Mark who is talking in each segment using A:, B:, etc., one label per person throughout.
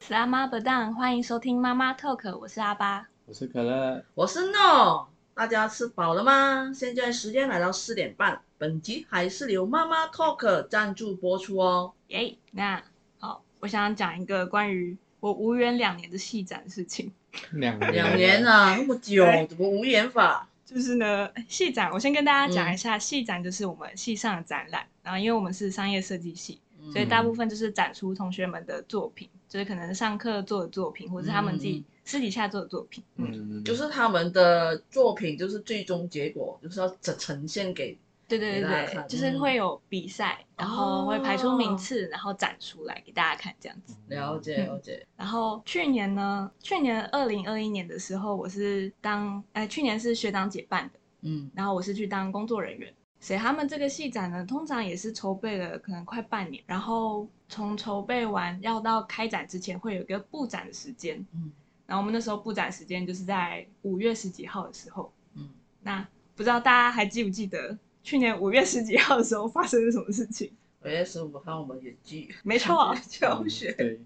A: 死阿妈不当，欢迎收听妈妈 talk，我是阿巴。
B: 我是可乐，
C: 我是 No，大家吃饱了吗？现在时间来到四点半，本集还是由妈妈 Talk 赞助播出哦。
A: 耶、那好，我想讲一个关于我无缘两年的戏展事情。
B: 两年
C: 两年啊，那么久
A: 对，
C: 怎么无言法？
A: 就是呢，哎戏展，我先跟大家讲
C: 嗯
A: 一下，戏展就是我们系上的展览。然后，因为我们是商业设计系，所以
C: 嗯
A: 大部分就是展出同学们的作品，就是可能上课做的作品，或者是他们自
C: 嗯
A: 己私底下做的作品。嗯，
B: 嗯，
C: 就是他们的作品，就是最终结果，就是要呈呈现给
A: 对对对
C: 给大
A: 对，
C: 家看嗯哦
A: 就是会有比赛，然后会排出名次，然后展出来给大家看这样子。
C: 了解
A: 嗯
C: 了解。
A: 然后去年呢，去年二零二一年的时候，我是当哎，去年是学长姐办的，
C: 嗯，
A: 然后我是去当工作人员。所以他们这个戏展呢，通常也是筹备了可能快半年，然后从筹备完要到开展之前会有一个布展的时间。
C: 嗯
A: 然后我们那时候布展时间就是在五月十几号的时候。
C: 嗯，
A: 那不知道大家还记不记得去年五月十几号的时候发生了什么事情？
C: 五月十五号我们也聚，
A: 没
C: 嗯
A: 错 嗯
C: 教学。
B: 对，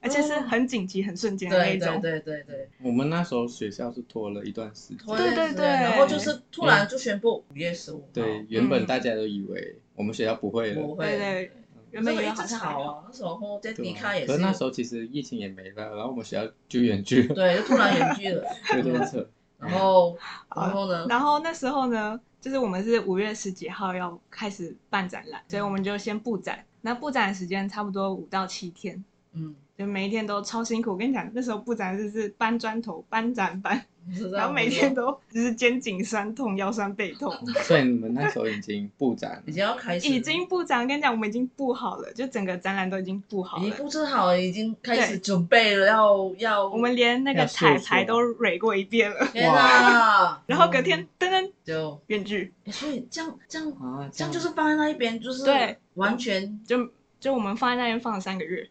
A: 而且是很紧急、很瞬间的那
C: 对
A: 一种
C: 对。对对对，
B: 我们那时候学校是拖了一段时间，
C: 拖
A: 对
C: 延
A: 对
C: 时间
A: 对
C: 然后就是突然就宣布五月十五号，
B: 对，原本
A: 嗯
B: 大家都以为我们学校不会
C: 不
B: 了，
C: 会
A: 对对原本以为
C: 一
A: 好
C: 直
A: 像还
C: 吵
A: 好。
C: 啊，那时候在
B: 对
C: 迪
B: 啊
C: 卡也
B: 可
C: 是
B: 是那时候其实疫情也没了，然后我们学校就远距了，
C: 对，就突然远距 了。
B: 有多扯，
C: 然后，
A: 好
C: 然后呢？
A: 然后那时候呢，就是我们是五月十几号要开始办展览，所以我们就先布展。那布展的时间差不多五到七天，
C: 嗯，
A: 就每一天都超辛苦。我跟你讲，那时候布展就是搬砖头、搬展板，
C: 是这
A: 然后
C: 样子
A: 每天都就是肩颈酸痛、腰酸背痛。
C: 嗯
B: 所以你们那时候已经布展
C: 已经要开始，
A: 已经布展，我跟你讲，我们已经布好了，就整个展览都已经布好
C: 已经
A: 了。
C: 布置好了，已经开
A: 对
C: 始准备了，要要。
A: 我们连那个
B: 要
A: 彩
B: 秀
A: 排
B: 秀
A: 都蕊过一遍了，
C: 天哪！
A: 然后隔
C: 嗯
A: 天噔噔
C: 就，
A: 远距，
C: 诶所以这样这样
B: 啊，
C: 这样就是放在那一边，就是
A: 对
C: 完全。
A: 就就我们放在那边放了三个月，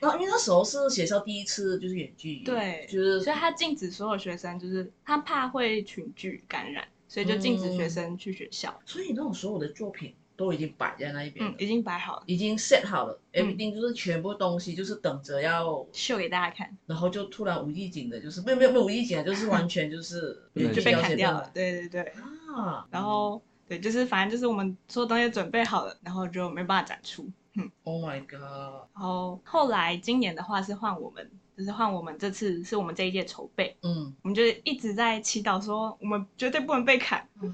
C: 然后因为那时候是学校第一次就是远距离，
A: 对
C: 就是
A: 所以他禁止所有学生，就是他怕会群聚感染，所以就禁止学生去学校。
C: 所以那种所有的作品都已经摆在那一
A: 嗯
C: 边了，
A: 已经摆好了，
C: 已经 set 好了
A: 嗯
C: ，everything 就是全部东西就是等着要
A: 秀给大家看，
C: 然后就突然无意间的，就是没有没有没有无意间啊，就是完全就是
B: 不能
A: 就
B: 就
A: 被
B: 了
A: 砍
B: 解
A: 掉了。对对对，
C: 啊。
A: 然后对，就是反正就是我们所有东西准备好了，然后就没办法展出。
C: ，Oh my god，
A: 然后后来今年的话是换我们，就是换我们这次是我们这一届筹备，
C: 嗯，
A: 我们就一直在祈祷说，我们绝对不能被砍。
C: 嗯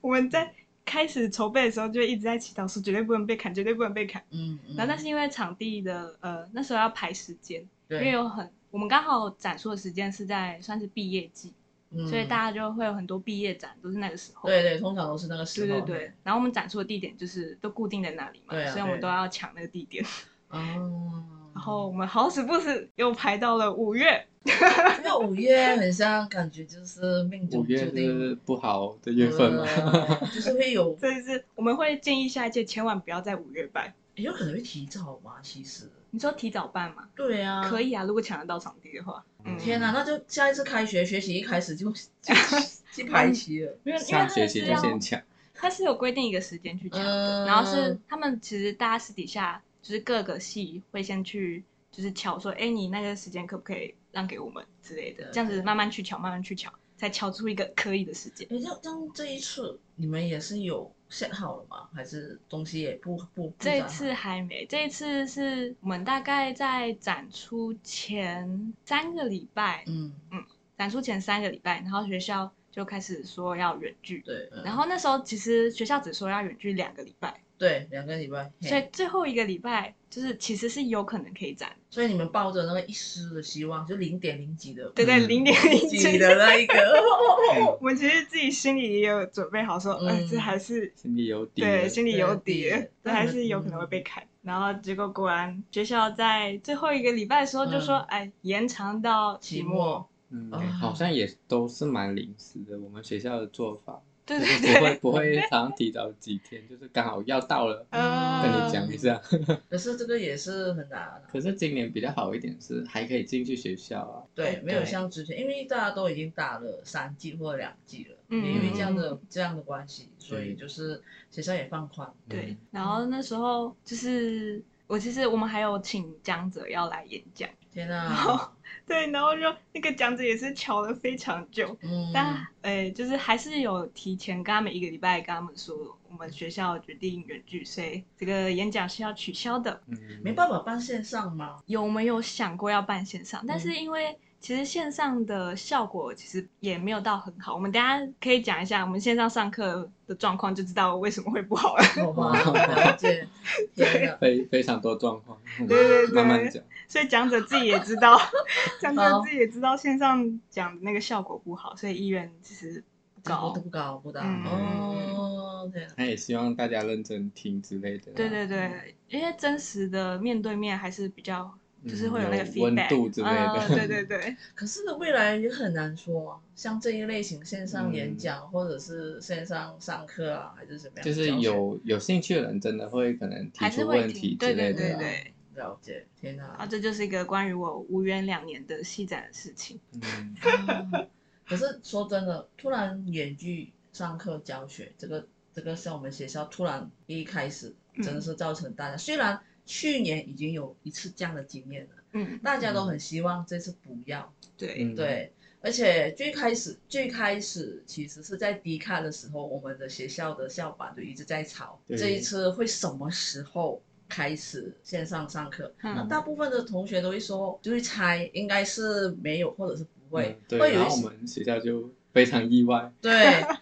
A: 我们在开始筹备的时候就一直在祈祷说，绝对不能被砍，绝对不能被砍。
C: 嗯，嗯
A: 然后但是因为场地的呃那时候要排时间，因为
C: 对，
A: 有很我们刚好展出的时间是在算是毕业季，所以大家
C: 家
A: 就会有很多毕业展都是那个时候。
C: 嗯对对，通常都是那个时
A: 对
C: 候，
A: 对对，然后我们展出的地点就是都固定在那里嘛，
C: 对啊
A: 所以我们
C: 对嗯
A: 都要抢那个地点。
C: 哦，
A: 然后我们好死不死又排到了五月，
C: 因为五月很像感觉就是命
B: 五
C: 中
B: 月
C: 注定
B: 是不好的月份嘛，
C: 呃就是会有
A: 所以是我们会建议下一届千万不要在五月办。
C: 也有可能会提早嘛，其实
A: 你说提早办吗？
C: 对啊，
A: 可。以啊，如果抢得到场地的话。嗯，
C: 天哪，那就下一次开学学期一开始就 就去排期了，
A: 因为因为
B: 上
A: 它
B: 学期
A: 是
B: 就
A: 要
B: 先抢，
A: 它是有规定一个时间去抢的，
C: 嗯
A: 然后是他们其实大家私底下就是各个系会先去就是瞧说，哎、你那个时间可不可以让给我们之类的，
C: 对
A: 这样子慢慢去瞧，慢慢去瞧，才瞧出一个可以的时间。
C: 哎，这样这样这一次你们也是有 set 好了吗？还是东西也不不不
A: 这一
C: 展好
A: 次还没，这一次是我们大概在展出前三个礼拜，
C: 嗯
A: 展出前三个礼拜，然后学校就开始说要远距，
C: 对，嗯
A: 然后那时候其实学校只说要远距两个礼拜，
C: 对两个礼拜，嘿
A: 所以最后一个礼拜就是其实是有可能可以展。
C: 所以你们抱着那个一丝的希望，就零点零几的
A: 对对，
B: 嗯
A: 零点零
C: 几
A: 几
C: 的那一个，
B: 嗯
A: 我们其实自己心里也有准备好说，
C: 嗯
A: 呃，这还是
B: 心里有底了，嗯
A: 对，心里有底
C: 对有底，
A: 这还是有可能会被砍。然后结果果然，学校在最后一个礼拜的时候就说，
C: 嗯
A: 哎，延长到期
C: 期
A: 末
C: 末。
B: 嗯，
C: 啊
B: 好像也都是蛮临时的，我们学校的做法。
A: 对
B: 就
A: 对
B: 是不会
A: 对，
B: 不会常常提早几天， 就是刚好要到了，
A: 呃
B: 嗯跟你讲一下。
C: 可是这个也是很难，啊
B: 可是今年比较好一点是还可以进去学校啊，
C: 对，没有
A: 对
C: 像之前，因为大家都已经打了三季或者两季了，
A: 嗯
C: 也因为这样的
A: 嗯
C: 这样的关系，所以就是学校也放宽，
A: 对
B: 嗯，
A: 然后那时候就是我其实我们还有请讲者要来演讲，
C: 天
A: 然
C: 哪，
A: 后对，然后就那个讲者也是瞧了非常久，
C: 嗯，
A: 但诶、就是还是有提前跟他们一个礼拜跟他们说，我们学校决定远距，所以这个演讲是要取消的。
B: 嗯，
C: 没办法办线上 嘛，
A: 有没有想过要办线上？
C: 嗯
A: 但是因为其实线上的效果其实也没有到很好，我们等一下可以讲一下我们线上上课的状况，就知道为什么会不好了。
C: 好吧，了解，天哪，
B: 非非常多状况，嗯
A: 对对
B: 慢慢讲。
A: 所以讲者自己也知道， 讲者
C: 好
A: 自己也知道线上讲的那个效果不好，所以意愿其实不高
C: 都。不高不大，
A: 嗯
C: 哦，天哪，
B: 他也希望大家认真听之类的啊，
A: 对对
C: 嗯
A: 对，因为真实的面对面还是比较，
B: 嗯
A: 就是会有那个
B: 有温
A: feedback，
B: 度之类的
A: 嗯对对对，
C: 可是未来也很难说啊，像这一类型线上演
B: 嗯
C: 讲、或者是线上上课啊，还是怎么 样，
B: 就是有有兴趣的人真的会可能提
A: 还是
B: 出
A: 会
B: 问
A: 提
B: 题
A: 对
B: 之
A: 对
B: 类
A: 对
B: 的啊，
A: 对。
C: 了解，天哪，
A: 啊，这就是一个关于我无缘两年的戏展的事情。
B: 嗯，
C: 啊可是说真的，突然远距上课教学，这个这个像我们学校突然一开始，
A: 嗯
C: 真的是造成大家、虽然去年已经有一次这样的经验了，
A: 嗯，
C: 大家都很希望这次不要。
A: 对，
B: 嗯
C: 对，而且最开始最开始其实是在低卡的时候，我们的学校的校板就一直在吵，
B: 对
C: 这一次会什么时候开始线上上课？那
A: 嗯
C: 大部分的同学都会说，就会猜应该是没有或者是不会
B: 嗯，对，
C: 会有
B: 然
C: 一
B: 后我
C: 些
B: 们学校就非常意外，
C: 对啊，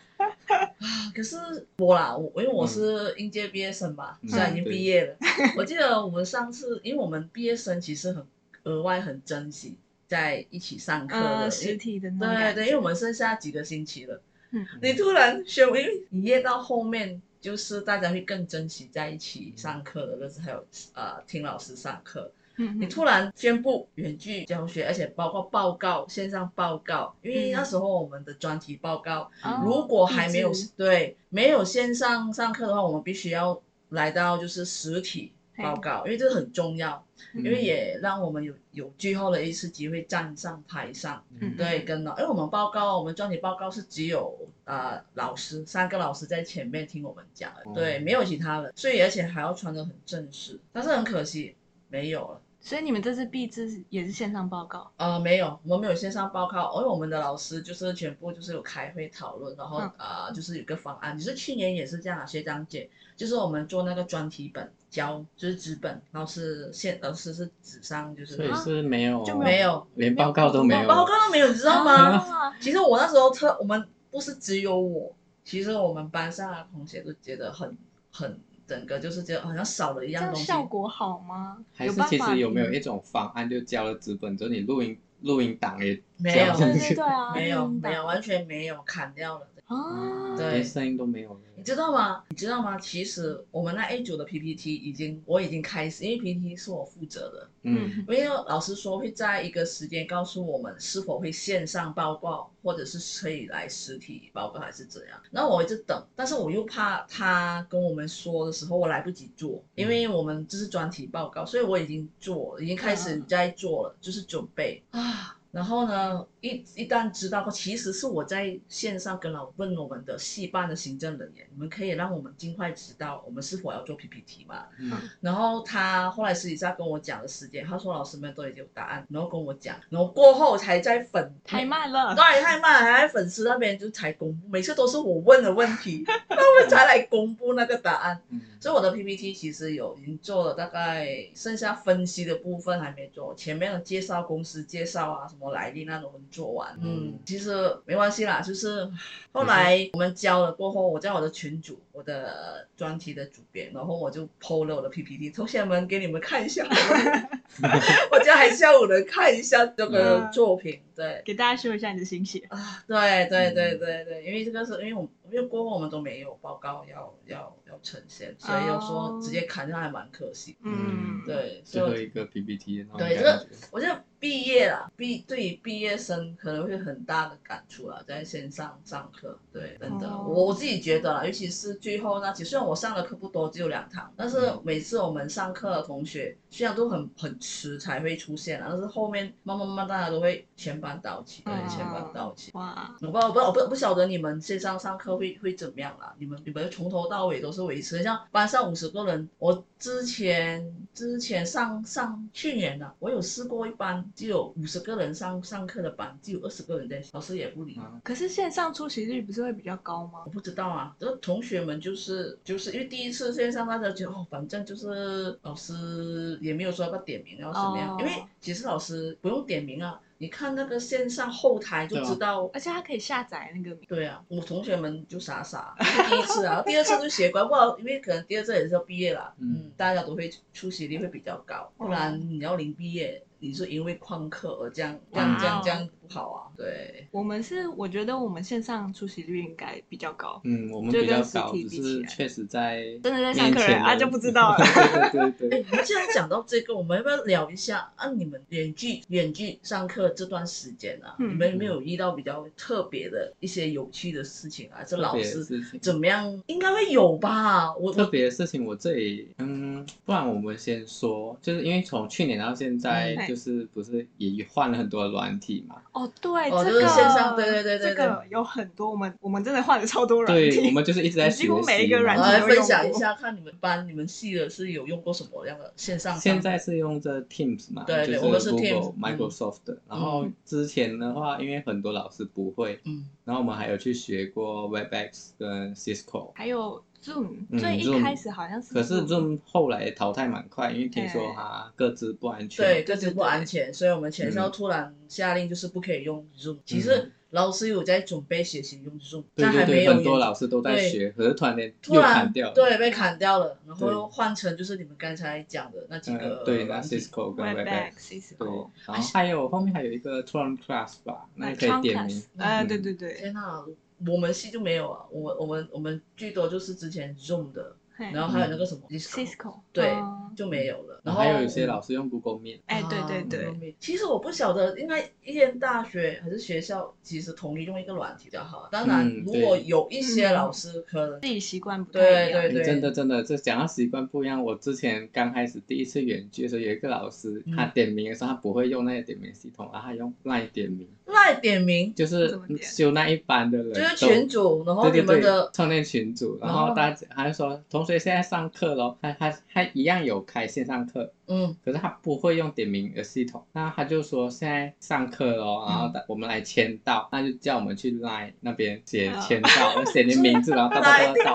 C: 可是我啦，我因为我是应届毕业生嘛，
B: 嗯
C: 虽然已经毕业了， 我记得我们上次，因为我们毕业生其实很额外很珍惜在一起上课的，
A: 呃，
C: 因
A: 实
C: 为
A: 体的那种
C: 对
A: 感
C: 对，因为我们剩下几个星期了，
A: 嗯
C: 你突然宣布，因为你越到后面。就是大家会更珍惜在一起上课的日子，还有呃听老师上课。
A: 嗯
C: 你突然宣布远距教学，而且包括报告线上报告，因
A: 嗯
C: 为那时候我们的专题报告
A: 嗯
C: 如果还没有
A: 哦抑制
C: 对没有线上上课的话，我们必须要来到就是实体报告，因为这很重要，
A: 嗯
C: 因为也让我们有有最后的一次机会站上台上。
A: 嗯
C: 对，跟老，因为我们报告，我们专题报告是只有呃老师三个老师在前面听我们讲的，
B: 哦
C: 对，没有其他人，所以而且还要穿的很正式，但是很可惜没有了。
A: 所以你们这次毕制也是线上报告，
C: 呃，没有，我们没有线上报告，因为我们的老师就是全部就是有开会讨论，然后、
A: 嗯
C: 呃就是有个方案，就是去年也是这样啊，学长姐，就是我们做那个专题本教，就是纸本，然后是线老师是纸上，就是啊
B: 所以是没有
A: 就没
C: 没有
B: 连报告都没有，
C: 报告都没有，你知道 吗？
A: 啊？
C: 其实我那时候特，我们不是只有我，其实我们班上的同学都觉得很很整个就是觉得好像少了一
A: 这
C: 样
A: 样
C: 东西，
A: 效果好吗？
B: 还是
A: 办
B: 其
A: 法
B: 实有没有
A: 评
B: 一种方案，就交了纸本之后，你录音录音档也
C: 没有
B: 交
A: 对
B: 上
A: 对
B: 去
A: 对，啊，
C: 没有
A: 明白
C: 没有完全没有砍掉了。
A: 啊，
C: 对
B: 连声音都没有了，
C: 你知道吗？你知道吗？其实我们那 A 组的 PPT 已经我已经开始，因为 PPT 是我负责的，
B: 嗯，
C: 因为老师说会在一个时间告诉我们是否会线上报告，或者是可以来实体报告还是怎样。然后我一直等，但是我又怕他跟我们说的时候我来不及做，因为我们这是专题报告，所以我已经做了，已经开始在做了，就是准备啊。然后呢，一一旦知道，其实是我在线上跟老问我们的系办的行政人员，你们可以让我们尽快知道我们是否要做 PPT 吗？
B: 嗯
C: 然后他后来私底下跟我讲的时间，他说老师们都已经有答案，然后跟我讲，然后过后才在粉
A: 太慢了，
C: 对太慢，还在粉丝那边就才公布，每次都是我问的问 题，他们才来公布那个答案。
B: 嗯，
C: 所以我的 PPT 其实有已经做了大概剩下分析的部分还没做，前面的介绍公司介绍啊什么来历那种我做完。
B: 嗯
C: 嗯，其实没关系啦，就是后来我们交了过后，我在我的群组，我的专题的主编，然后我就 PO 了我的 PPT，同学们给你们看一下， 我家还叫我们看一下这个
A: 嗯
C: 作品，对。
A: 给大家说一下你的心血。
C: 啊，对对对
B: 嗯
C: 对对，因为这个是因为我们因为过后我们都没有报告要要要呈现，所以有时候
A: 哦
C: 直接砍下来蛮可惜。
A: 嗯，
B: 嗯
C: 对，
B: 最后
C: 所以
B: 一个 PPT 的那种
C: 对
B: 感觉，
C: 我觉得毕业了，毕对于毕业生可能会很大的感触啊，在线上上课，对，真的，
A: 哦
C: 我我自己觉得啦，尤其是最后那几，虽然我上的课不多，只有两堂，但
B: 嗯
C: 是每次我们上课的同学虽然都很很迟才会出现啊，但是后面慢慢慢慢大家都会全班到齐，对，
B: 啊
A: 嗯
C: 全班到齐。
A: 哇，
C: 我不知道，我不我不我不晓得你们线上上课会会怎么样啦？你们你们从头到尾都是维持，像班上五十个人，我之前之前上上去年的，我有试过一班只有五十个人上上课的班，只有二十个人在，老师也不理。
B: 啊
A: 可是线上出席率不是会比较高吗
C: 我？不知道啊，这同学们就是就是因为第一次线上，大家觉得哦，反正就是老师也没有说要不要点名，然后怎么样
A: 哦
C: 因为其实老师不用点名啊，你看那个线上后台就知道
A: 而且它可以下载那个名，
C: 对啊，我同学们就傻傻，第一次啊，第二次就学乖，不好，因为可能第二次也是要毕业了，
B: 嗯
C: 嗯，大家都会出席率会比较高，不然你要临毕业，你是因为旷课而这样这样这样这样不好啊，对，
A: 我们是我觉得我们线上出席率应该比较高，
B: 嗯，我们
A: 就
B: 比较
A: 跟实
B: 高，
A: 体比
B: 只
A: 起
B: 是
A: 来
B: 确实在
A: 真的在上
B: 面
A: 课
B: 前
A: 人啊
B: 的
A: 就不知道了。
B: 对对
C: 哎
B: 对，
C: 你们既然讲到这个，我们要不要聊一下啊？你们远距远距上课这段时间啊，
A: 嗯
C: 你们有没有遇到比较特别的一些有趣的事情啊？这
B: 特
C: 老
B: 别
C: 师
B: 事情。
C: 怎么样？应该会有吧？我
B: 特
C: 我
B: 别的事情，我这里，嗯，不然我们先说，就是因为从去年到现在
A: 嗯，嘿
B: 就是不是也换了很多软体嘛？
A: 哦，对，
C: 哦
A: 这
C: 就是
A: 个
C: 线上对对对对
A: 这个有很多，我们我们真的换了超多软
B: 对，我
A: 体，
B: 们就是一直在学习
A: 几乎
B: 嘛。
A: 每一个软
C: 我
A: 体
C: 来
A: 都
C: 分
A: 用
C: 享一
A: 过
C: 下，看你们班、你们系的是有用过什么样的线上上课？
B: 现在是用这 Teams 嘛，
C: 对对
B: 就是
C: 我们是
B: Google、
C: Teams，嗯
B: Microsoft 的。然后之前的话，因为很多老师不会，
C: 嗯，
B: 然后我们还有去学过 WebEx 跟 Cisco。
A: 还有 Zoom，、
B: 嗯
A: 最一
B: Zoom
A: 开始好像是
B: 可是
C: 嗯
B: Zoom 后来淘汰蛮快，因为听说它各自不安全。
C: 对，
A: 对
C: 各自
A: 对
C: 不安全，所以我们前校
B: 嗯
C: 突然下令就是不可以用 Zoom。其实
B: 嗯
C: 老师有在准备学习用 Zoom，
B: 对
C: 但还
B: 对
C: 没
B: 对，
C: 有
B: 很多
C: 研
B: 老师都在
C: 对
B: 学，可是突然间
C: 突
B: 又
C: 然
B: 砍掉了。嗯
C: 对被砍掉了，然后
B: 对
C: 又换成就是你们刚才讲的那几个
B: 嗯，对，那
C: 软体
B: Cisco 跟
A: Webex、
B: WebEx。对
A: Cisco，，
B: 然后还有后面还有一个 Tron Class 吧，那
C: 啊
B: 可以点名。
A: 呃，对
B: 嗯
A: 对对，
C: 天哪，我们系就没有啊，我们我们我们最多就是之前 Zoom 的，
A: 嘿
C: 然后还有那个什么 Cisco
A: 嗯 Cisco，
C: 对
A: 嗯
C: 就没有了，
B: 然
C: 然
B: 后
C: 后嗯
B: 还有一些
C: 我
B: 老师用 Google Meet，
A: 哎、对
C: 啊
A: 对
C: 嗯
A: 对，
C: ，Google Meet 其实我不晓得，应该一间大学还是学校，其实统一用一个软体比较好。当然，
B: 嗯
C: 如
B: 对
C: 果有一些
A: 嗯
C: 老师可能
A: 自己习惯不太
C: 对
A: 一样。
C: 对
B: 哎真的真的，这讲到习惯不一样。我之前刚开始第一次远距的时候，有一个老师
C: 嗯
B: 他点名的时候，他不会用那个点名系统，然后他用 Line 点名，
C: 赖嗯点名，
B: 就是
A: 怎么点
B: 就那一班的人
C: 就是
B: 都
C: 群主，然后
B: 对对
C: 你们
B: 对
C: 的，哦
B: 创建群组，然
C: 然后
B: 后
C: 呢
B: 大家他就说同学现在上课咯，他他他一样有开线上课，
C: 嗯，
B: 可是他不会用点名的系统，那他就说现在上课咯，然
C: 嗯
B: 后我们来签到，那就叫我们去 Line 那边写
C: 啊
A: 嗯
B: 签到，写你名字，然后到 到
C: 来
B: 到到。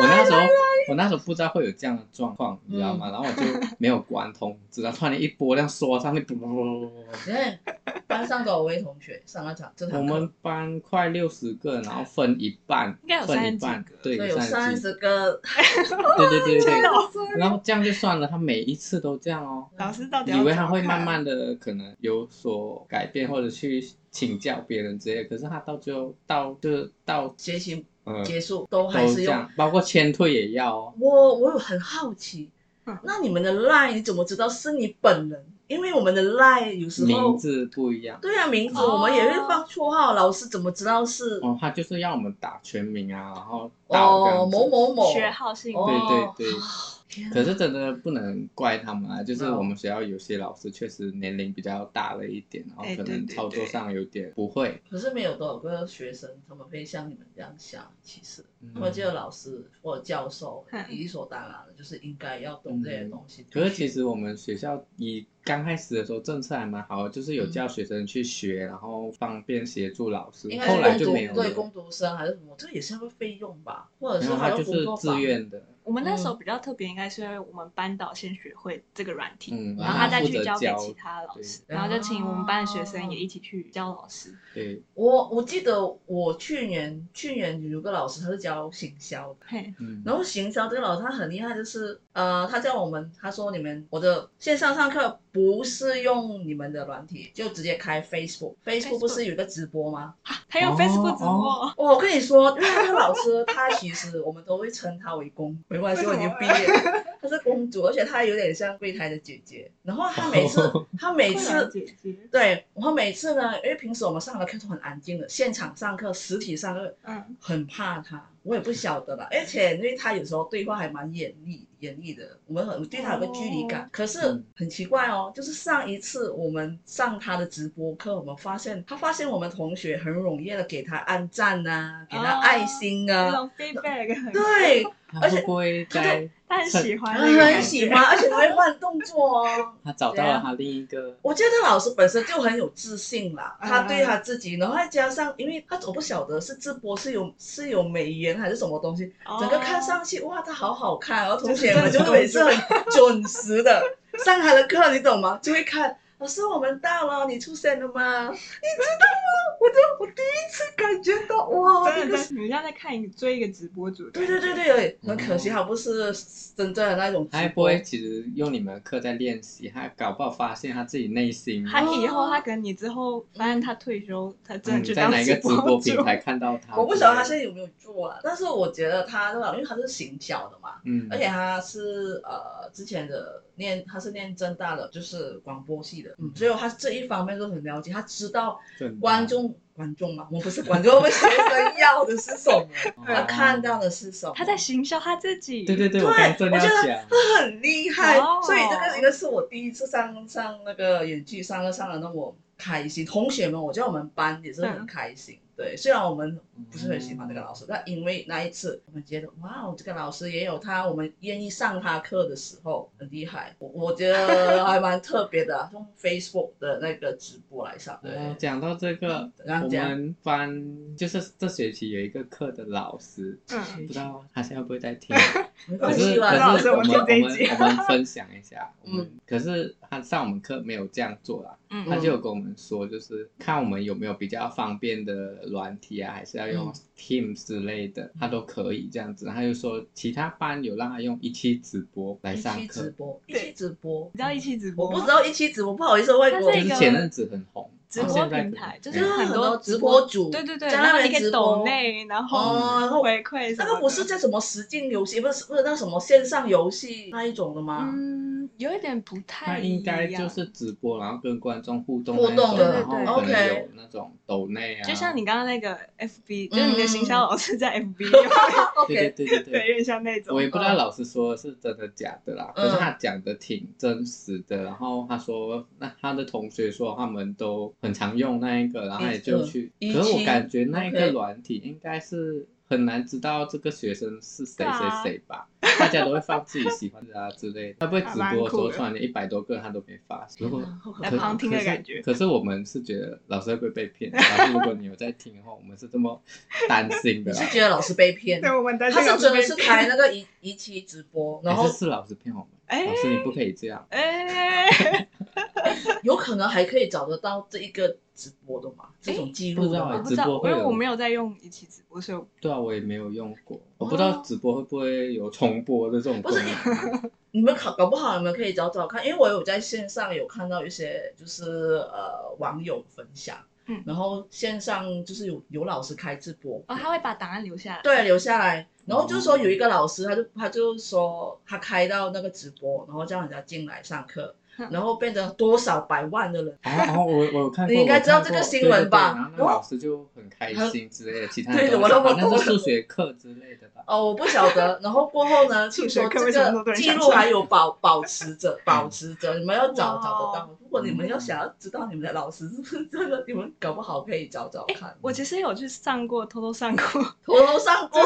B: 我那时候我那时候不知道会有这样的状况，你知道吗？然后我就没有关通 知，然后突然一波这样刷上去，噗噗噗噗噗噗
C: 你看班上的我位同学上了场这
B: 我
C: 堂课，
B: 们班快六十个，然后分一半，
A: 应该有
B: 分一
A: 30
B: 半
A: 个，
B: 对，
C: 对，有
B: 三
C: 三，十个，
B: 对对对 对
A: 真的
B: 对。
A: 哦
B: 然后这样就算了，他每一次都这样哦。
A: 老师嗯到底
B: 以
A: 要
B: 为
A: 怎
B: 他
A: 么
B: 会慢
A: 看
B: 慢的可能有所改变，或者去请教别人之类的，可是他到最后到就是到
C: 学习
B: 呃
C: 结束都还
B: 都
C: 是
B: 这
C: 用
B: 样，包括签退也要哦。
C: 我我有很好奇
A: 嗯，
C: 那你们的赖你怎么知道是你本人？因为我们的赖有时
B: 名
C: 候。
B: 字不一样
C: 对啊，名字
A: 哦
C: 我们也会放绰号，老师怎么知道是
B: 哦，他就是要我们打全名啊，然后到这样
C: 哦
B: 子
C: 某某某？
A: 学号性
C: 哦
A: 对
B: 对对对
C: 啊天
B: 可
C: 啊
B: 是真的不能怪他们啊，就是
C: 嗯
B: 我们学校有些老师确实年龄比较大了一点，然后
A: 哎
B: 可
A: 对
B: 能
A: 对
B: 操作上有点不会。
C: 可是没有多少个学生他们会像你们这样想，其实
B: 嗯
C: 他们这个老师或者教授
A: 嗯
C: 理所当然的就是应该要懂这些东西。
B: 嗯可是其实我们学校以刚开始的时候政策还蛮好的，就是有教学生去学，然后方便协助老师
C: 应。该
B: 后来
C: 是
B: 就
C: 攻
B: 没有
C: 读对攻
B: 了，
C: 读生还是什么，这个也是要个费用吧，或者
B: 然
C: 是
B: 后
C: 还
B: 他
C: 要
B: 就
C: 工
B: 是
C: 作
B: 自
C: 坊。
B: 愿的，
A: 我们那时候
B: 嗯
A: 比较特别，应该是因为我们班导先学会这个软体，
B: 嗯，
A: 然后
B: 他
A: 再
B: 负
A: 去
B: 责
A: 教给
B: 教
A: 其他老师，
C: 对
A: 然后就请我们班的学生也一起去教老师。
B: 对，
C: 我我记得我去年去年有个老师他是教行销的，
A: 嘿，
B: 嗯，
C: 然后行销这个老师他很厉害，就是呃，他叫我们，他说你们我的线上上课不是用你们的软体，就直接开 Facebook。
A: Facebook
C: Facebook 不是有一个直播吗？
A: 还有
B: 哦
A: Facebook 直
B: 哦
A: 播，
C: 哦，我跟你说，因为那个老师她其实我们都会称她为公，没关系，
A: 为
C: 我
A: 什
C: 已
A: 么
C: 经毕业了。她是公主，而且她有点像柜台的姐姐。然后她每次，她每
A: 困扰
C: 次。
A: 哦姐姐，
C: 对，然后每次呢，因为平时我们上的课都很安静的，现场上课、实体上课
A: 嗯，
C: 很怕她，我也不晓得啦。而且因为她有时候对话还蛮严厉、严厉的，我们很对她有个距离感。可是
B: 嗯
C: 很奇怪哦，就是上一次我们上她的直播课，我们发现她发现我们同学很踊跃的给她按赞呐、给她
A: 哦
C: 爱心
A: 那
C: 啊，
A: 种
B: 呃
A: feedback 很，
C: 对，
B: 他会不会在
A: 他很喜欢，
C: 她
A: 那个感觉
C: 很喜欢，而且她会换动作哦。
B: 他找到了他另一个
C: 我觉得老师本身就很有自信啦，
A: 嗯
C: 他对他自己，然后再加上，因为他我不晓得是直播是有是有美颜还是什么东西，
A: 哦
C: 整个看上去哇，他好好看，然后同
A: 就是
C: 学们
A: 真
C: 哦就
A: 的
C: 每次很准时的 上他的课，你懂吗？就会看老师我们到了，你出现了 吗？你知道吗？我都我第一次感觉到哇，这
A: 真
C: 个
A: 的在哦你像在看一个追一个直播主，
C: 对对对，对，很可惜他不是真正的那种直
B: 他会不
C: 播
B: 会哎其实用你们的课在练习，他搞不好发现他自己内心哦
A: 他以
C: 哦
A: 后他可能你之后发现他退休，他真的
B: 嗯
A: 去
B: 在
A: 当
B: 哪一个直播
A: 播
B: 平
A: 主
B: 台看到他？
C: 我不晓得他现在有没有做啊，但是我觉得他那个，因为他是行销的嘛，
B: 嗯，
C: 而且他是呃之前的念他是念正大的，就是广播系的，嗯，所以他这一方面都很了解，他知道
B: 准
C: 观众观众嘛，我不是观众，我们学生要的是 什么，他看到的是什么，
A: 他在行销他自己，
B: 对对对，我
C: 对
B: 刚正要
C: 我觉得
B: 讲，呃
C: 他很厉害，
A: 哦
C: 所以这个应该是我第一次上上那个演剧上了上了那么开心，同学们，我觉得我们班也是很
A: 嗯
C: 开心。对，虽然我们不是很喜欢这个老师，但因为那一次我们觉得，哇哦，这个老师也有他，我们愿意上他课的时候很厉害，我我觉得还蛮特别的啊，用 Facebook 的那个直播来上，对，
B: 哦讲到这个，
C: 然后
B: 我
C: 这样
B: 们班就是这学期有一个课的老师，
A: 嗯，
B: 不知道他现在会不会在 听。
C: 没
B: 可
C: 关
B: 是
C: 系啦，
A: 老
B: 可
A: 师
B: 是
A: 我
B: 我
A: 们
B: 们
A: 听这
B: 我们
A: 一集
B: 我们分享一下，我们
C: 嗯
B: 可是他上我们课没有这样做啦，
A: 嗯
B: 他就有跟我们说，就是看我们有没有比较方便的软体啊，还是要用
C: 嗯
B: Teams 之类的，他都可以这样子。他就说其他班有让他用一期直播来
C: 一
B: 上
C: 期直
B: 课，
C: 播，一
A: 对
C: 期直播
A: 你知，道一期直播
C: 我
A: 吗，
C: 不知道一期直播，不好意思，外
A: 它
C: 国
A: 是
B: 就
A: 一
B: 是
A: 个
B: 前阵子很红，
A: 直
B: 然后
A: 播
B: 现在
A: 平
B: 可以
A: 台，就
B: 嗯
A: 是
C: 就是啊很多
A: 多
C: 直播
A: 播
C: 主
A: 对对对，
C: 在那
A: 然后你
C: 边
A: 可以
C: 直播
A: 抖内，然
C: 哦然
A: 后
C: 后
A: 回馈什
C: 那
A: 么的，
C: 个不是叫什么实境游戏，不是不是那什么线上游戏那一种的吗？
A: 嗯，有一点不
B: 他
A: 太一样，
B: 应该就是直播，然后跟观众互动
C: 互
B: 那
C: 动
B: 种，
C: 的
B: 然后
A: 对对
B: 可能
C: OK
B: 有那种抖内啊，
A: 就像你刚刚那个 FB，
C: 嗯
A: 就是你的行销老 师在 FB，有
B: 对
C: 啊 OK，
B: 对对对
A: 对，
B: 对。
A: 有点像那种。
B: 我也不知道老师说的是真的假的啦，
C: 嗯
B: 可是他讲的挺真实的。然后他说，那他的同学说他们都很常用那一个，然后他也就去。
C: 一
B: 可是我
C: 期
B: 感觉那一个
C: OK
B: 软体应该是很难知道这个学生是谁
A: 对啊
B: 谁谁吧，大家都会放自己喜欢的啊之类的。他不会直
A: 还蛮
B: 播的时
A: 酷
B: 候
A: 的
B: 突然间一百多个他都没发现，如果
A: 来
B: 可
A: 旁听的
B: 可是
A: 感觉
B: 可是我们是觉得老师会不会被骗？然后如果你有在听的话，我们是这么担心 的
C: 你
B: 啦。
C: 是觉得老师被骗？
A: 对，我们的
C: 哦他
A: 这
C: 是
A: 个
C: 真的
A: 被
C: 是
A: 骗
C: 开那个一一期直播，然
B: 还
C: 后
B: 是是老师骗我们，
A: 哎
B: 老师你不可以这样。
A: 哎，
C: 有可能还可以找得到这一个直播的嘛？这种记录
A: 我
B: 不知
C: 的
B: 道
A: 不
C: 嘛？
A: 知道，
B: 哦直播
A: 因
B: 会有
A: 为我没有在用一期直播，所以我
B: 对啊，我也没有用过，我不知
C: 哦
B: 道直播会不会有重播的这种功能。哦
C: 你们考搞不好，你们可以找找看，因为我有在线上有看到一些就是呃网友分享，
A: 嗯
C: 然后线上就是有有老师开直播，
A: 哦，他会把档案留下来。
C: 对，留下来。然后就是
A: 哦
C: 说有一个老师，他就他就说他开到那个直播，然后叫人家进来上课，
A: 嗯
C: 然后变成多少百万的人，
B: 哦哦，我我有看过，
C: 你应该知道
B: 我看过
C: 这个新闻吧
B: 对对对然后那个老师就很开心之类的，其他人
C: 对
B: 都
C: 我都不
B: 好像是数学课之类的吧。
C: 哦，我不晓得。然后过后 呢，
A: 数
C: 听
A: 学
C: 说
A: 课
C: 这
A: 为什么那么多
C: 个
A: 人
C: 记
A: 想
C: 录
A: 上
C: 还有保保持 着，保持着，你们要找
A: 哇
C: 找得到。如果你们要
B: 嗯
C: 想要知道你们的老师是不是真的，你们搞不好可以找找看。
A: 哎我其实有去上过，偷偷上过，
C: 头头上过，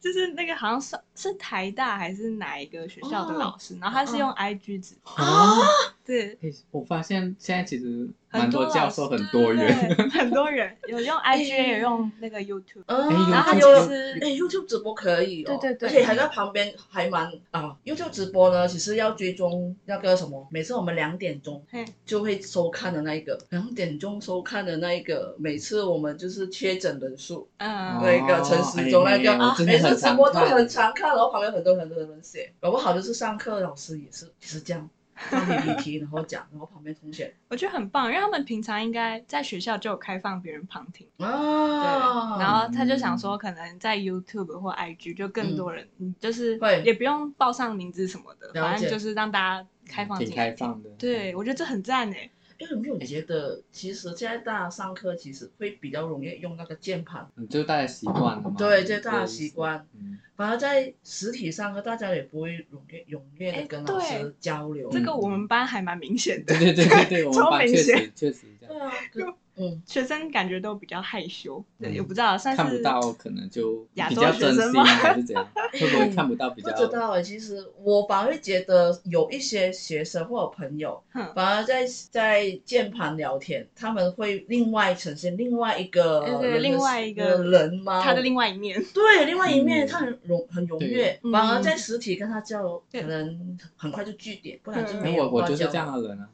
A: 就是那个好像是是台大还是哪一个学校
C: 哦
A: 的老师，然后他是用 IG 直播，
B: 啊！
A: 对，
B: 嘿我发现现在其实蛮
A: 很
B: 多
A: 老
B: 教授
A: 师
B: 很多 元，，
A: 对很多人有用 IG，
C: 嗯
A: 也有用那个 YouTube，
C: 嗯，
A: 然
C: 然
A: 后他
C: 后他
B: 有
A: 就
C: 就。
A: 是
C: 哎，YouTube 直播可以哦，
A: 对对对
C: 而且还在旁边，还蛮啊。YouTube 直播呢，其实要追踪那个什么，每次我们两点钟
A: 嘿
C: 就会收看的那一个，两点钟收看的那一个，每次我们就是确诊人数，
A: 嗯，
C: 那个陈时中那个
B: 哎哦我真的
C: 每
B: 很
C: 次直
B: 常
C: 播都
B: 看
C: 很常看，然后旁边很多很多人写，搞不好就是上课老师也是也是这样，放 PPT，然后讲，然后旁边同学
A: 我觉得很棒，因为他们平常应该在学校就有开放别人旁听，
C: 啊，
A: 然后他就想说，可能在 YouTube 或 IG 就更多人，嗯就是
C: 会
A: 也不用报上名字什么的，
C: 了
A: 反正
C: 解
A: 就是让大家嗯开放
B: 挺
A: 进来
B: 开
A: 听。
B: 放的。
A: 对，我觉得这很赞哎，
C: 哎，有没有觉得其实现在大家上课其实会比较容易用那个键盘，
B: 嗯，就大家习惯了嘛。
C: 对，这是大家习
B: 对。
C: 惯。
B: 嗯，
C: 反而在实体上课，大家也不会踊跃踊跃
A: 哎
C: 的跟老
A: 对
C: 师交流。嗯
A: 这个我们班还蛮明显的
B: 对，对对对对， 我们
A: 超
B: 班
A: 明
B: 确
A: 显
B: 实确实这
C: 对
B: 样，
C: 啊，可嗯，
A: 学生感觉都比较害羞，对，
B: 嗯
A: 也不知道算是
B: 看不到可能就
A: 亚
B: 比
A: 洲
B: 较
A: 学
B: 珍
A: 生
B: 惜
A: 吗
B: 吗还是怎样？会不会看不到比
C: 不
B: 较？
C: 知道哎。其实我反而会觉得有一些学生或者朋友，
A: 哼
C: 反而在在键盘聊天，他们会另外呈现另外一个
A: 对对
C: 人的
A: 另外一个
C: 人吗？
A: 他的另外一面。
C: 对，另外一
B: 嗯
C: 面他很踊很踊跃，
A: 对
C: 反而
A: 嗯
C: 在实体跟他交流，
A: 对
C: 可能很快就据点，不然
A: 嗯
C: 就
B: 因
C: 没
B: 为我
C: 有
B: 哎我
C: 话
B: 就是
C: 交
B: 这样
C: 流。
B: 的 人啊，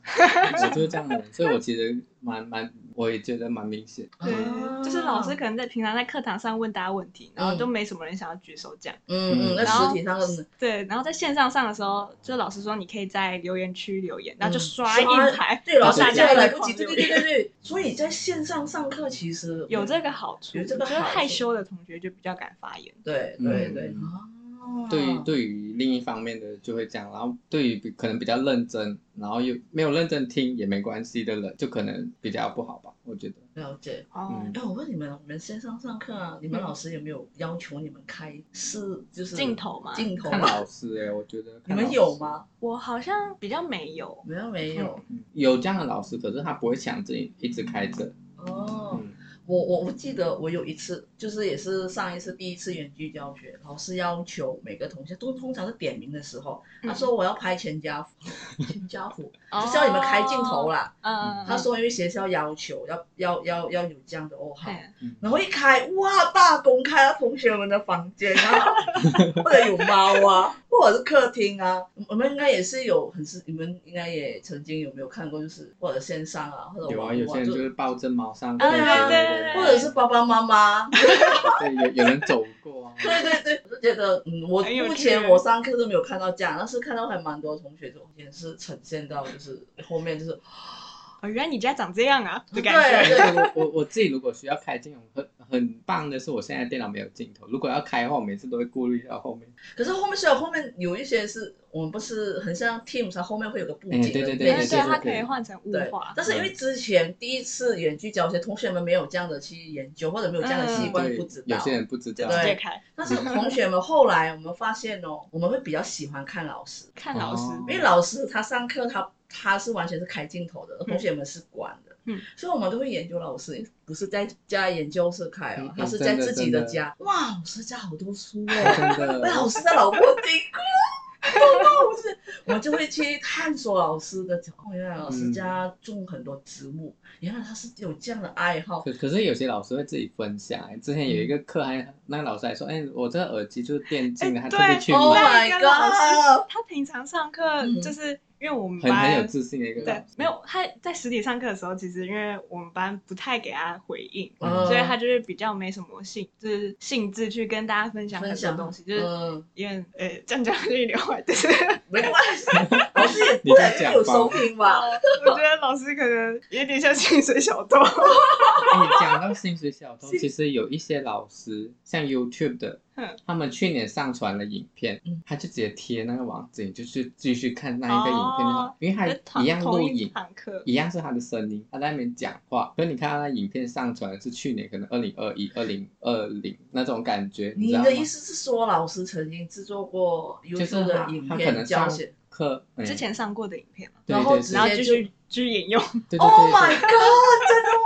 B: 我就是这样的人，所以我其实蛮蛮，我也觉得蛮明显。
A: 对，
C: 啊
A: 就是老师可能在平常在课堂上问大家问题，然后
C: 嗯
A: 都没什么人想要举手讲。
C: 嗯嗯，那
B: 然
A: 后
C: 实体上的
A: 对，然后在线上上的时候，就老师说你可以在留言区留言，然后就
C: 嗯
A: 刷一排，
C: 对老师
A: 大
C: 接
A: 家
C: 下来
A: 一
C: 不及，
A: 起
C: 对对对对对，所以在线上上课其 实嗯
A: 有这个好处。
C: 有这个
A: 我觉得
C: 好处
A: 害羞的同学就比较敢发言。
C: 对对对
B: 嗯
C: 啊，
A: 哦
B: 对于对于另一方面的就会这样，然后对于比可能比较认真，然后又没有认真听也没关系的人，就可能比较不好吧，我觉得。
C: 了解。
A: 哦
B: 嗯
C: 哎，我问你们，你们线上上课啊，你们
A: 嗯
C: 老师有没有要求你们开视就是
A: 镜头吗
C: 镜头
B: 看
C: 吗？
B: 老师哎、我觉得
C: 你
B: 看老
C: 们
B: 师
C: 有？吗？
A: 我好像比较没有，
C: 没有没有
B: 嗯有这样的老师，可是他不会强制一直开着。
C: 哦。
B: 嗯，
C: 我我我记得我有一次，就是也是上一次第一次远距教学，老师要求每个同学都通常是点名的时候，
A: 嗯
C: 他说我要拍全家福， 全家福
A: 哦
C: 就是要你们开镜头。啦。
A: 嗯，
C: 他说因为学校要求要要要要有这样的哦好，
A: 嘿
B: 嗯
C: 然后一开哇大公开到同学们的房间啊，或者有猫啊， 或者是客厅啊，我们应该也是有很是你们应该也曾经有没有看过，就是或者线上啊或者
B: 有
C: 网
B: 啊，
C: 络
B: 有些人就是抱着猫上课，
A: 哎呀对对
C: 或者是爸爸妈妈。
B: 对有有人走过啊。
C: 对对对，我就觉得，嗯，我
A: 很有
C: 目
A: 趣
C: 前我上课都没有看到这样，但是看到还蛮多同学就也是呈现到，就是后面就是，
A: 哦，原来你家长这样啊，的感
C: 对
A: 觉。
B: 对我我我自己如果需要开镜头，很很棒的是我现在电脑没有镜头，如果要开的话，我每次都会顾虑到后面。
C: 可是后面虽然后面有一些是我们不是很像 Teams，它后面会有个布景
B: 哎
C: 的
B: 对对对嗯
A: 对
C: 类
A: 对
C: 似
A: 对，
B: 对
A: 他
B: 对
A: 可以换成雾
C: 对
A: 化，。
C: 但是因为之前第一次远距教学，同学们没有这样的去研究，或者没有这样的习
A: 嗯
C: 惯，
B: 对
C: 不知道。
B: 有些人不知道。
A: 直
C: 对
A: 接开，
C: 但是同学们后来我们发现哦，我们会比较喜欢看老 师，
A: 看老师。
B: 哦
C: 因为老师他上课他他是完全是开镜头
B: 嗯
C: 的，同学们是关的，
A: 嗯，
C: 所以我们都会研究老师，不是在在研究室开哦
B: 嗯，
C: 他是
B: 真的
C: 在自己
B: 真
C: 的
B: 的
C: 家。哇，老师家好多书
B: 真
C: 哦，
B: 的，
C: 被老师的老婆 顶过，我不是，我们就会去探索老师的角，哦，原来老师家种很多植物，原来他是有这样的爱好，
B: 可可是有些老师会自己分享、欸，之前有一个课还那个老师还说，哎、我这个耳机就是电竞的，
A: 哎
B: 还
A: 对
B: 特地去买，
C: Oh
A: 那
C: my
A: 个老师
C: god
A: 他平常上课
C: 嗯
A: 就是因为我们
B: 很
A: 班
B: 很有自信的一个老
A: 对
B: 师，，
A: 没有他在实体上课的时候，其实因为我们班不太给他回应，
B: 嗯
C: 嗯
A: 所以他就是比较没什么兴，就是兴致去跟大家分享很
C: 分
A: 多
C: 享
A: 东西，就是
C: 嗯，
A: 因为呃，这样讲就有点坏，但是
C: 没关系，老师也
B: 你
C: 不
B: 在
C: 能
B: 讲
C: 有
B: 吧
C: 收听 吧。
A: 我觉得老师可能有点像薪水小偷。
B: 哎讲到薪水小偷，其实有一些老师，像 YouTube 的
A: 嗯，
B: 他们去年上传了影片
C: 嗯，
B: 他就直接贴那个网址，你就去继续看那一个影片就好，
A: 哦
B: 因为他一样录
A: 同一
B: 影。
A: 堂课，
B: 一样是他的声音，他在那边讲话。可是你看他那影片上传的是去年，可能二零二一、二零二零那种感觉，你
C: 你
B: 知道吗
C: 的？意思是说，老师曾经制作过优
B: 就是
C: 秀的
B: 他
C: 影
B: 他可能
C: 片教
B: 上
C: 学？
B: 课哎
A: 之前上过的影片嘛，
B: 对
C: 然后
B: 对
C: 直
A: 然后
C: 接
A: 继
C: 就
A: 续继续引用。
B: 对对对
C: Oh
B: 对
C: my god！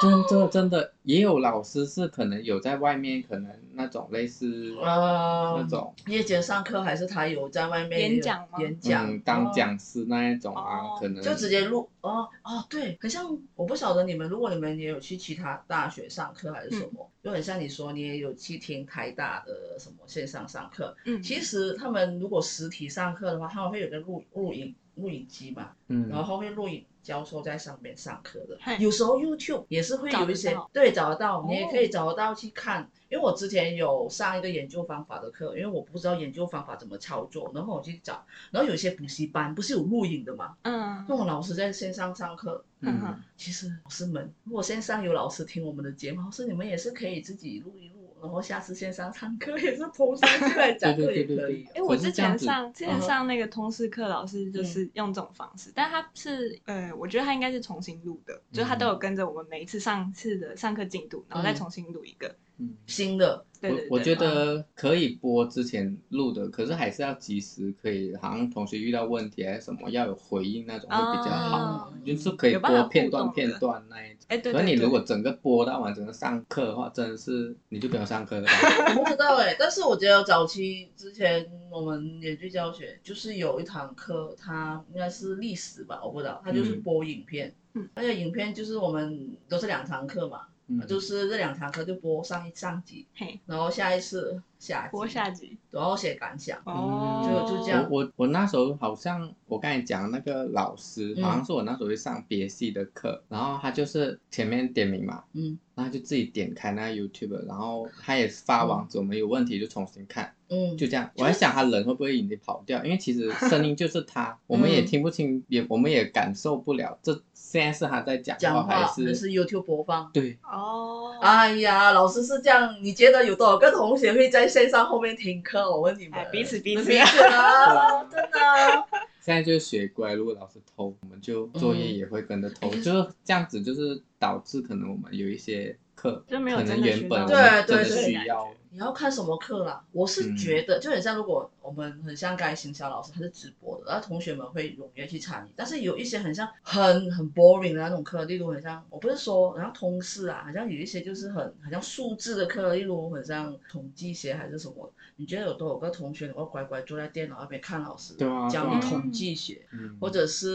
B: 真的真的也有老师是可能有在外面，可能那种类似
C: 呃，
B: 那种
C: 叶姐上课还是他有在外面
A: 演讲吗
C: 演讲、
B: 嗯当
C: 哦、
B: 讲师那一种啊，
A: 哦
B: 可能
C: 就直接录哦哦，对，很像我不晓得你们，如果你们也有去其他大学上课还是
A: 嗯
C: 什么，就很像你说你也有去听台大的什么线上上课。
A: 嗯，
C: 其实他们如果实体上课的话，他们会有个录录影录影机嘛，然
B: 嗯
A: 哦
C: 后会录影教授在上面上课的
A: 嘿。
C: 有时候 YouTube 也是会有一些
A: 找得到哦
C: 对找得到，你也可以找得到去看。因为我之前有上一个研究方法的课，因为我不知道研究方法怎么操作，然后我去找，然后有些补习班不是有录影的嘛，
A: 嗯
C: 那我老师在线上上课，
B: 嗯，
C: 其实老师们，如果线上有老师听我们的节目，老师你们也是可以自己录一录，然后下次线上上课也是 p 上去来讲
B: 对
C: 课
B: 对
C: 也
B: 对
C: 可
B: 对
C: 以啊
B: 对。
A: 哎，我
B: 可是
A: 之
B: 这样
A: 前
B: 子
A: 上之前
B: 嗯
A: 上那个通识课，老师就是用这种方式，但他是呃，我觉得他应该是重新录的，就是他
B: 嗯
A: 都有跟着我们每一次上次的上课进度，然后再
C: 嗯
A: 重新录一个。
B: 嗯
C: 新的，
A: 对对对，嗯
B: 我我觉得可以播之前录的，可是还是要及时，可以好像同学遇到问题还是什么，要有回应那种会比较好，
A: 啊
B: 就是可以
A: 有办法
B: 播片
A: 互
B: 段
A: 动的
B: 片段那一种。
A: 哎，对
B: 可
A: 对
B: 是你
A: 对
B: 如果整个播到完，整个上课的话，真的是你就不要上课了吧。
C: 我不知道哎、但是我觉得早期之前我们也去教学，就是有一堂课，它应该是历史吧，我不知道，它就是
B: 嗯
C: 播影片，
A: 嗯，
C: 而且影片就是我们都是两堂课嘛，
B: 嗯，
C: 就是这两堂课就播上一上集，
A: 嘿，
C: 然后下一次下集，
A: 播下集
C: 然后写感想，
A: 哦，
B: 嗯
C: 就就这样
B: 我我我那时候好像我刚才讲那个老师，
C: 嗯
B: 好像是我那时候去上别系的课，然后他就是前面点名嘛，
C: 嗯
B: 然后就自己点开那个 YouTube，然后他也是发网址，我们有问题就重新看，
C: 嗯，
B: 就这样。我在想他人会不会已经跑掉，因为其实声音就是 他，我
C: 嗯
B: 们也听不清，也我们也感受不了，这现在是他在讲
C: 讲话
B: 还
C: 还是 YouTube 播放。
B: 对，
A: 哦，
B: 啊
C: 哎呀，老师是这样，你觉得有多少个同学会在线上后面听课？我问你们
A: 哎，彼此彼此
C: 彼此啊，真的啊。
B: 现在就是学乖，如果老师偷，我们就作业也会跟着偷，
C: 嗯
B: 就是这样子，就是导致可能我们有一些课
A: 就没有
B: 可能
A: 真的
B: 原本
A: 学
B: 我
A: 到
B: 们真
C: 对
B: 的
C: 对对啊
B: 需要，
C: 你要看什么课啦？我是觉得，就很像如果我们很像该行销老师，他是直播的，然后同学们会踊跃去参与。但是有一些很像很很 boring 的那种课，例如很像我不是说，然后通识啊，好像有一些就是很很像数字的课，例如很像统计学还是什么。你觉得有多少个同学能够乖乖坐在电脑那边看老师
B: 对啊
C: 教
B: 对啊
C: 你统计学，
B: 嗯，
C: 或者是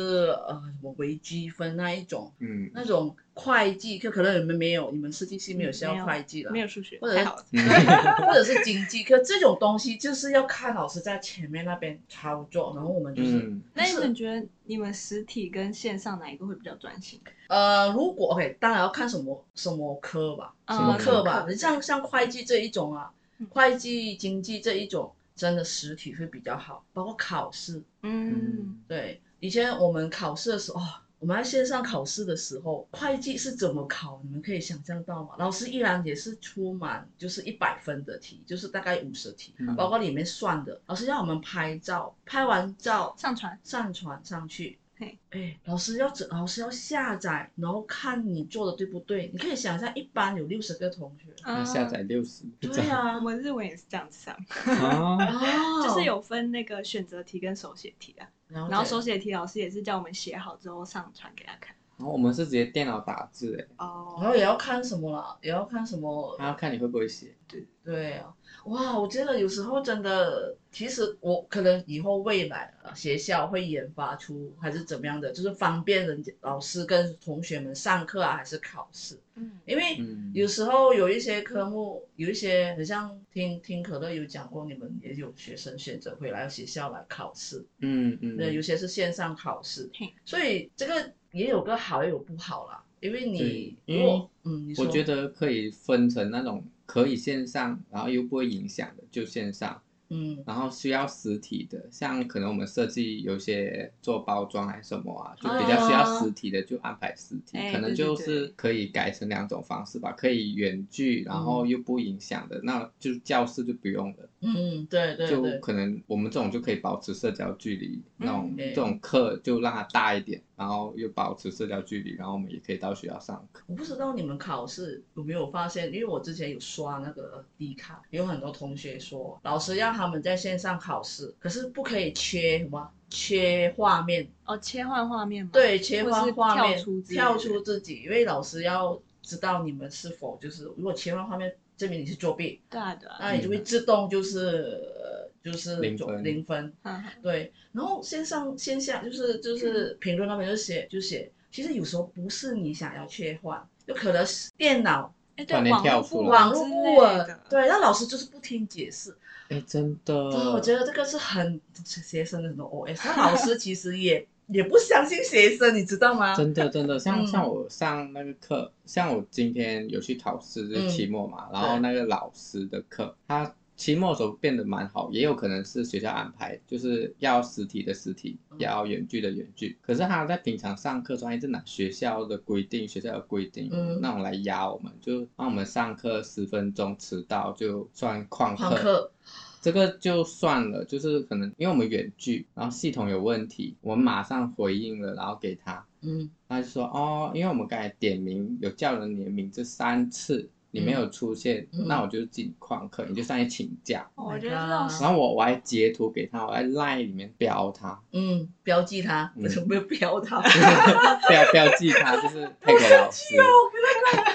C: 呃什么微积分那一种
B: 嗯，
C: 那种会计课，可能你们没有，你们设计系没有需
A: 没
C: 要
A: 有
C: 会计了，
A: 没有数学，
C: 或者
A: 太好了，
B: 嗯
C: 对， 或者是经济课这种东西，就是要看老师在前面那边操作，然后我们就是、
B: 嗯
A: 那你们觉得你们实体跟线上哪一个会比较专心？
C: 呃，如果 OK，当然要看什么什么科吧，
A: 什
C: 什么
B: 嗯
C: 课吧，像像会计这一种啊
A: 嗯，
C: 会计、经济这一种，真的实体会比较好，包括考试。
A: 嗯，
C: 对，以前我们考试的时候。哦我们在线上考试的时候，会计是怎么考？你们可以想象到吗？老师依然也是出满就是一百分的题，就是大概五十题，
B: 嗯
C: 包括里面算的。老师让我们拍照，拍完照
A: 上传
C: 上传上去
A: 嘿。
C: 哎，老师要整，老师要下载，然后看你做的对不对。你可以想象，一班有六十个同学，
B: 要下载六十，
C: 啊 对
A: 嗯我
C: 啊，
A: 们日文也是这样子上，
B: 啊，
C: 哦
A: 就是，有分那个选择题跟手写题啊。
C: 然
A: 然后手
C: 说
A: 写题老师也是叫我们写好之后上传给他看。
B: 然后我们是直接电脑打字，哎，
C: 然
A: 哦，
C: 后也要看什么啦，也要看什么
B: 他要看你会不会写，
C: 对啊，哇，我觉得有时候真的，其实我可能以后未来啊学校会研发出还是怎么样的，就是方便人家老师跟同学们上课啊，还是考试，
A: 嗯，
C: 因为
B: 嗯，
C: 有时候有一些科目，有一些很像听听可乐有讲过，你们也有学生选择回来学校来考试，
B: 嗯嗯，
C: 那有些是线上考试
A: 嘿，
C: 所以这个也有个好也有不好啦，因为你
B: 对
C: 如果嗯，你
B: 我
C: 说
B: 觉得可以分成那种可以线上，然后又不会影响的就线上，
C: 嗯
B: 然后需要实体的，像可能我们设计有些做包装还是什么啊，就
C: 啊
B: 比较需要实体的就安排实体，
A: 哎
B: 可能
A: 对对
B: 就是可以改成两种方式吧，可以远距，然后
A: 嗯
B: 又不影响的，那就教室就不用了，
C: 嗯，对对
B: 就
C: 对，
B: 可能我们这种就可以保持社交距离，
A: 嗯
B: 那种
C: 对
B: 这种课就让它大一点，然后又保持社交距离，然后我们也可以到学校上课，
C: 我不知道你们考试有没有发现，因为我之前有刷那个 D 卡，有很多同学说老师让他们在线上考试，可是不可以切什么切画面，
A: 哦，切换画面吗？，
C: 对，切换画
A: 或是跳出
C: 面，
A: 之类的
C: 跳出自己，因为老师要知道你们是否就是如果切换画面，证明你是作弊，
A: 对啊，对啊。
C: 那你就会自动就是、呃就是
B: 嗯零
C: 作
B: 分
C: 零分，
A: 嗯
C: 对，然后线上线下就是就是评论那边就写就写，其实有时候不是你想要切换，有可能是电脑
A: 哎，
B: 突然
A: 对，
B: 间
A: 网
B: 跳
A: 络
B: 出
A: 不
B: 来
C: 网
A: 网
C: 络
A: 之
C: 不
A: 类
C: 稳
A: 的，，
C: 对，那老师就是不听解释。
B: 哎，真的，
C: 对，我觉得这个是很学生的很多 OS。那老师其实也也不相信学生，你知道吗？
B: 真的真的，像
C: 嗯
B: 像我上那个课，像我今天有去考试，就是
C: 嗯
B: 期末嘛，然
C: 对
B: 后那个老师的课，他期末的时候变得蛮好，也有可能是学校安排，就是要实体的实体，
C: 嗯
B: 要远距的远距。可是他在平常上课的时候，他一直拿学校的规定、学校的规定、
C: 嗯
B: 那种来压我们，就让我们上课十分钟迟到就算旷
C: 旷课，
B: 这个就算了，就是可能因为我们远距，然后系统有问题，我们马上回应了，然后给他，
C: 嗯
B: 他就说哦，因为我们刚才点名有叫了你的名字三次，你没有出现，
C: 嗯
B: 那我就进旷课，你就上去请假。
A: 我觉得这种
C: Oh my
A: 事
B: 然后我我还截图给他，我在 line 里面标他，
C: 嗯，标记他，
B: 嗯
C: 为什么没有标他？
B: 标标记他 就是配给老师，
A: 哦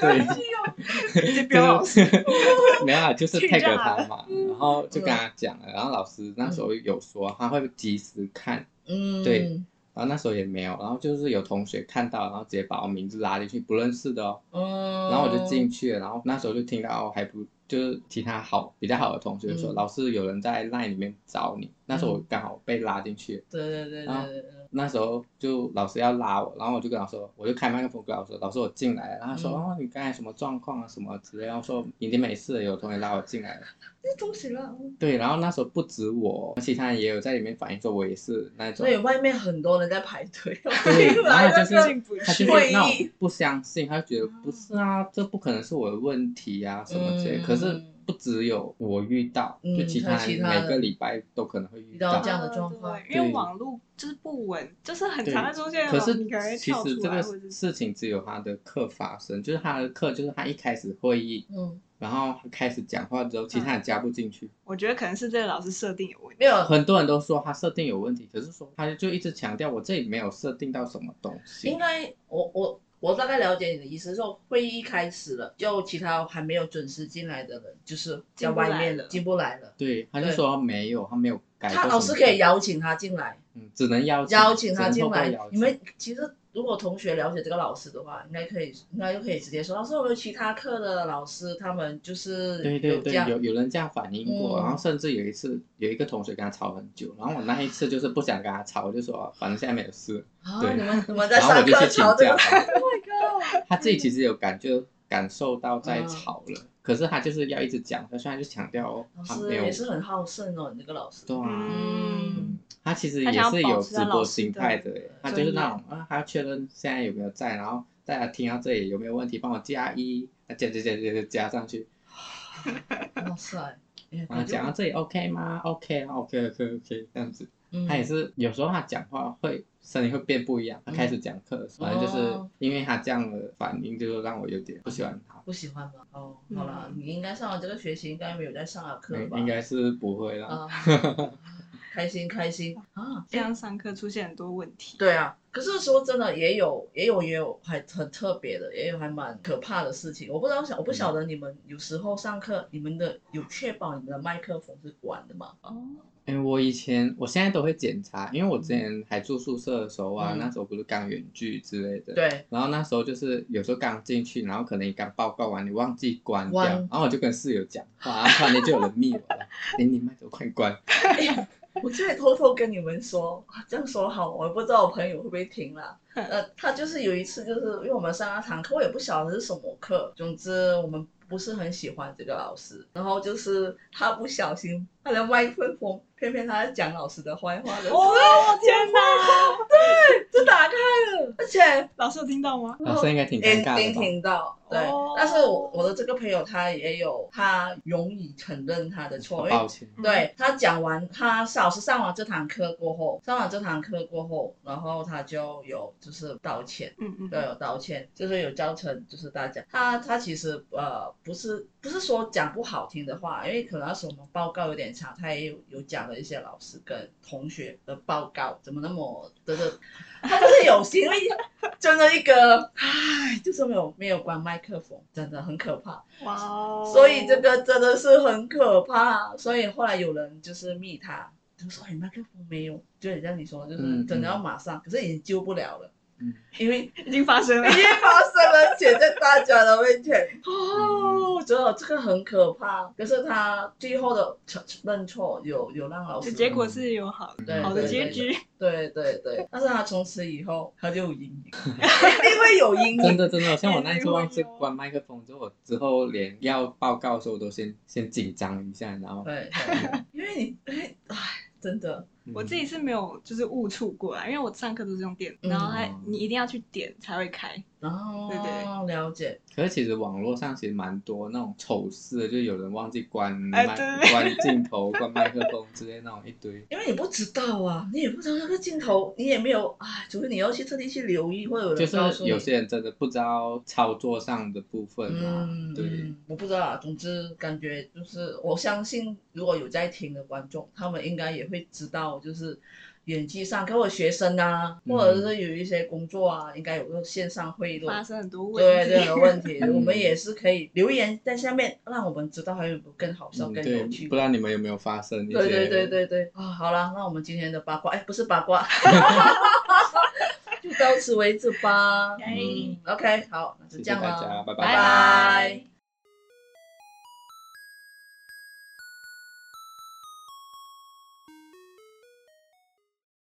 B: 对，
A: 直接
B: 就
A: 飙
B: 是
A: 老师，
B: 没有啊，就是
A: 气
B: tag
A: 炸
B: 他
A: 了嗯
B: 嘛，然后就跟他讲了，然后老师那时候有说他会及时看，
C: 嗯，
B: 对，然后那时候也没有，然后就是有同学看到，然后直接把我名字拉进去，不认识的哦，
C: 嗯，
B: 然后我就进去了，然后那时候就听到还不就是其他好比较好的同学说，
C: 嗯
B: 老师有人在 line 里面找你，那时候我刚好被拉进去，
C: 对，对对对
B: 然后
C: 对对，
B: 那时候就老师要拉我，然后我就跟老师说，我就开麦克风跟老师说，老师我进来了，然后他说、
C: 嗯
B: 哦你刚才什么状况啊什么之类的，然后说已经没事了，有同学拉我进来了，
C: 这东西了。
B: 对，然后那时候不止我，其他人也有在里面反映说我也是那种
C: 所以外面很多人在排队，
B: 对，
C: 来
B: 然后
C: 那
B: 就
C: 个
B: 是他就是
C: 会议
B: 那种不相信，他就觉得不是啊，这不可能是我的问题啊什么之类的。
C: 嗯
B: 可是不只有我遇到，
C: 嗯
B: 就其他
C: 还有其
B: 人
C: 他的
B: 每个礼拜都可能会遇
C: 遇到
B: 到
C: 这。样的状况
A: 嗯对因为
B: 对
A: 网络就是不稳，就是很
B: 对
A: 常会出现那
B: 可
A: 种，
B: 是
A: 啊你可能会
B: 其
A: 跳
B: 实
A: 出
B: 这
A: 来
B: 个
A: 或者是
B: 事情只有他的课发生，就是他的课就是他一开始会议，
C: 嗯，
B: 然后他开始讲话之后，其他人加不进去。
A: 我觉得可能是这个老师设定有问题
C: 没。有，
B: 很多人都说他设定有问题，可是说他就一直强调我这里没有设定到什么东西
C: 应。该我我我大概了解你的意思，就是说会议开始了，就其他还没有准时进来的人，就是在外面的进
A: 进
C: 不来了。
B: 对，他就
C: 对
B: 说没有，他没有改过什么
C: 他
B: 东西。
C: 老师可以邀请他进来，
B: 嗯，只能邀
C: 邀请他
B: 只
C: 进
B: 能透过
C: 来
B: 邀。
C: 你
B: 请
C: 们其实如果同学了解这个老师的话，应该可以，应该就可以直接说，老师，我们有其他课的老师他们就是
B: 对对
C: 有这
B: 对，
C: 样，
B: 有有人这样反映过，
C: 嗯
B: 然后甚至有一次有一个同学跟他吵很久，然后我那一次就是不想跟他吵，我就说反正现在没有事，
C: 啊，
B: 对
C: 你们你们在
B: 然后我
C: 上
B: 就去
C: 课
B: 请
C: 吵这
B: 假
C: 个，
B: 吧。
A: Oh my god！
B: 他自己其实有感就感受到在
C: 嗯
B: 吵了，可是他就是要一直讲，他虽然就强调哦
C: 老
B: 他没
C: 师
B: 有
C: 也是很好胜哦，你这个老师。
B: 对啊，
A: 嗯，
B: 嗯他其实
A: 他
B: 也
A: 想要
B: 是
A: 保
B: 有
A: 持
B: 直
A: 他
B: 播
A: 老师
B: 心
A: 的
B: 态的耶，他就
A: 尊
B: 是那
A: 严
B: 种啊，还要确认现在有没有在，然后大家听到这里有没有问题，帮我加一，啊加加加加加加上去，
C: 哇塞，哎
B: 然后啊讲到，这里 OK 吗？OK 啊，OK OK OK 这样子。
C: 嗯
B: 他也是有时候他讲话会声音会变不一样。他开始讲课的时候，反正就是
C: 哦
B: 因为他这样的反应，就让我有点不喜欢他。
C: 不喜欢吗？哦，好啦，
A: 嗯
C: 你应该上了这个学期应该没有在上啊了课
B: 嗯
C: 吧？
B: 应该是不会啦。
C: 啊，开心开心啊！
A: 这样上课出现很多问题。
C: 对啊，可是说真的，也有也有也有还很特别的，也有还蛮可怕的事情。我不知道想，我不晓得你们有时候上课，你们的有确保你们的麦克风是关的吗？
A: 哦，
B: 哎、我以前我现在都会检查，因为我之前还住宿舍的时候啊，
C: 嗯
B: 那时候不是刚远距之类的。。
C: 对，
B: 然后那时候就是有时候刚进去，然后可能你刚报告完，你忘记关掉，
C: 关
B: 然后我就跟室友讲话，然后突然间就有人密我 了，哎，你麦都快关，
C: 哦我这里偷偷跟你们说，啊这样说好，我也不知道我朋友会不会听啦。呃，他就是有一次，就是因为我们上那堂课，我也不晓得是什么课，总之我们不是很喜欢这个老师。然后就是他不小心，他的麦克风偏偏他在讲老师的坏话的时候，
A: 哦天哪！
C: 就打开了，而且
A: 老师有听到吗？
B: 老师应该挺尴
C: 也
B: 尬
C: 没
B: 的吧？
C: 听到，对。
A: 哦
C: 但是我我的这个朋友他也有，他勇于承认他的错，因为
B: 抱歉，
C: 对他讲完，他老师上完这堂课过后，上完这堂课过后，然后他就有就是道歉，
A: 嗯嗯，
C: 对，有道歉，就是有造成就是大家，他他其实呃不是不是说讲不好听的话，因为可能那时候我们报告有点长，他也有有讲了一些老师跟同学的报告怎么那么就是 他就是有心，因为真的一个唉，就是没有没有关麦克风，真的很可怕。
A: 哇哦！
C: 所以这个真的是很可怕。所以后来有人就是密他，就说：“哎，麦克风没有。”就很像你说的，就是
B: 嗯
C: 真的要马上，可是已经救不了了。
B: 嗯，
C: 因为
A: 已经发生了
C: 已。经发生了，且在大家的面前，
B: 嗯
C: 哦，我觉得这个很可怕。可是他最后的承认错，有有让 老
A: 就
C: 师嗯
A: 结果是有好
C: 对
A: 好的结，局，
C: 对对对对对。但是他从此以后他就有阴影，一定会有 阴
B: 真
C: 影。
B: 的真的，像我那一次忘记
A: 哎呦
B: 关麦克风之后，我之后连要报告的时候我都先先紧张一下，然后
C: 对，对因为你哎哎，真的，
B: 嗯
A: 我自己是没有就是误触过啦，因为我上课都是用电脑，
C: 嗯
A: 然后还你一定要去点才会开，
C: 然后
A: 对对
C: 哦了解，
B: 可是其实网络上其实蛮多那种丑事的，就有人忘记关麦、
A: 哎对
B: 关镜头、关麦克风之类那种一 堆。
C: 因为你不知道啊，你也不知道那个镜头，你也没有哎，除非你要去特地去留意，或者有
B: 就
C: 人告诉
B: 是
C: 你。
B: 有些人真的不知道操作上的部分啦，
C: 嗯，
B: 对，
C: 嗯，我不知道啊。总之，感觉就是我相信，如果有在听的观众，他们应该也会知道，就是演技上，给我学生啊，
B: 嗯
C: 或者是有一些工作啊，应该有个线上会
A: 发
C: 论，
A: 生很多
C: 对
A: 问题。
C: 这样的问 题，
B: 嗯
C: 我们也是可以留言在下面，让我们知道还有没有更好笑、
B: 嗯
C: 更有
B: 对，
C: 趣
B: 不。知道你们有没有发生一些？
C: 对对对对对啊！好了，那我们今天的八卦，哎，不是八 卦，就到此为止吧。
A: 哎
C: 嗯，OK，好，那
B: 谢
C: 就这
B: 谢
C: 样
B: 大家，
C: 了，
B: 拜
A: 拜
C: 拜。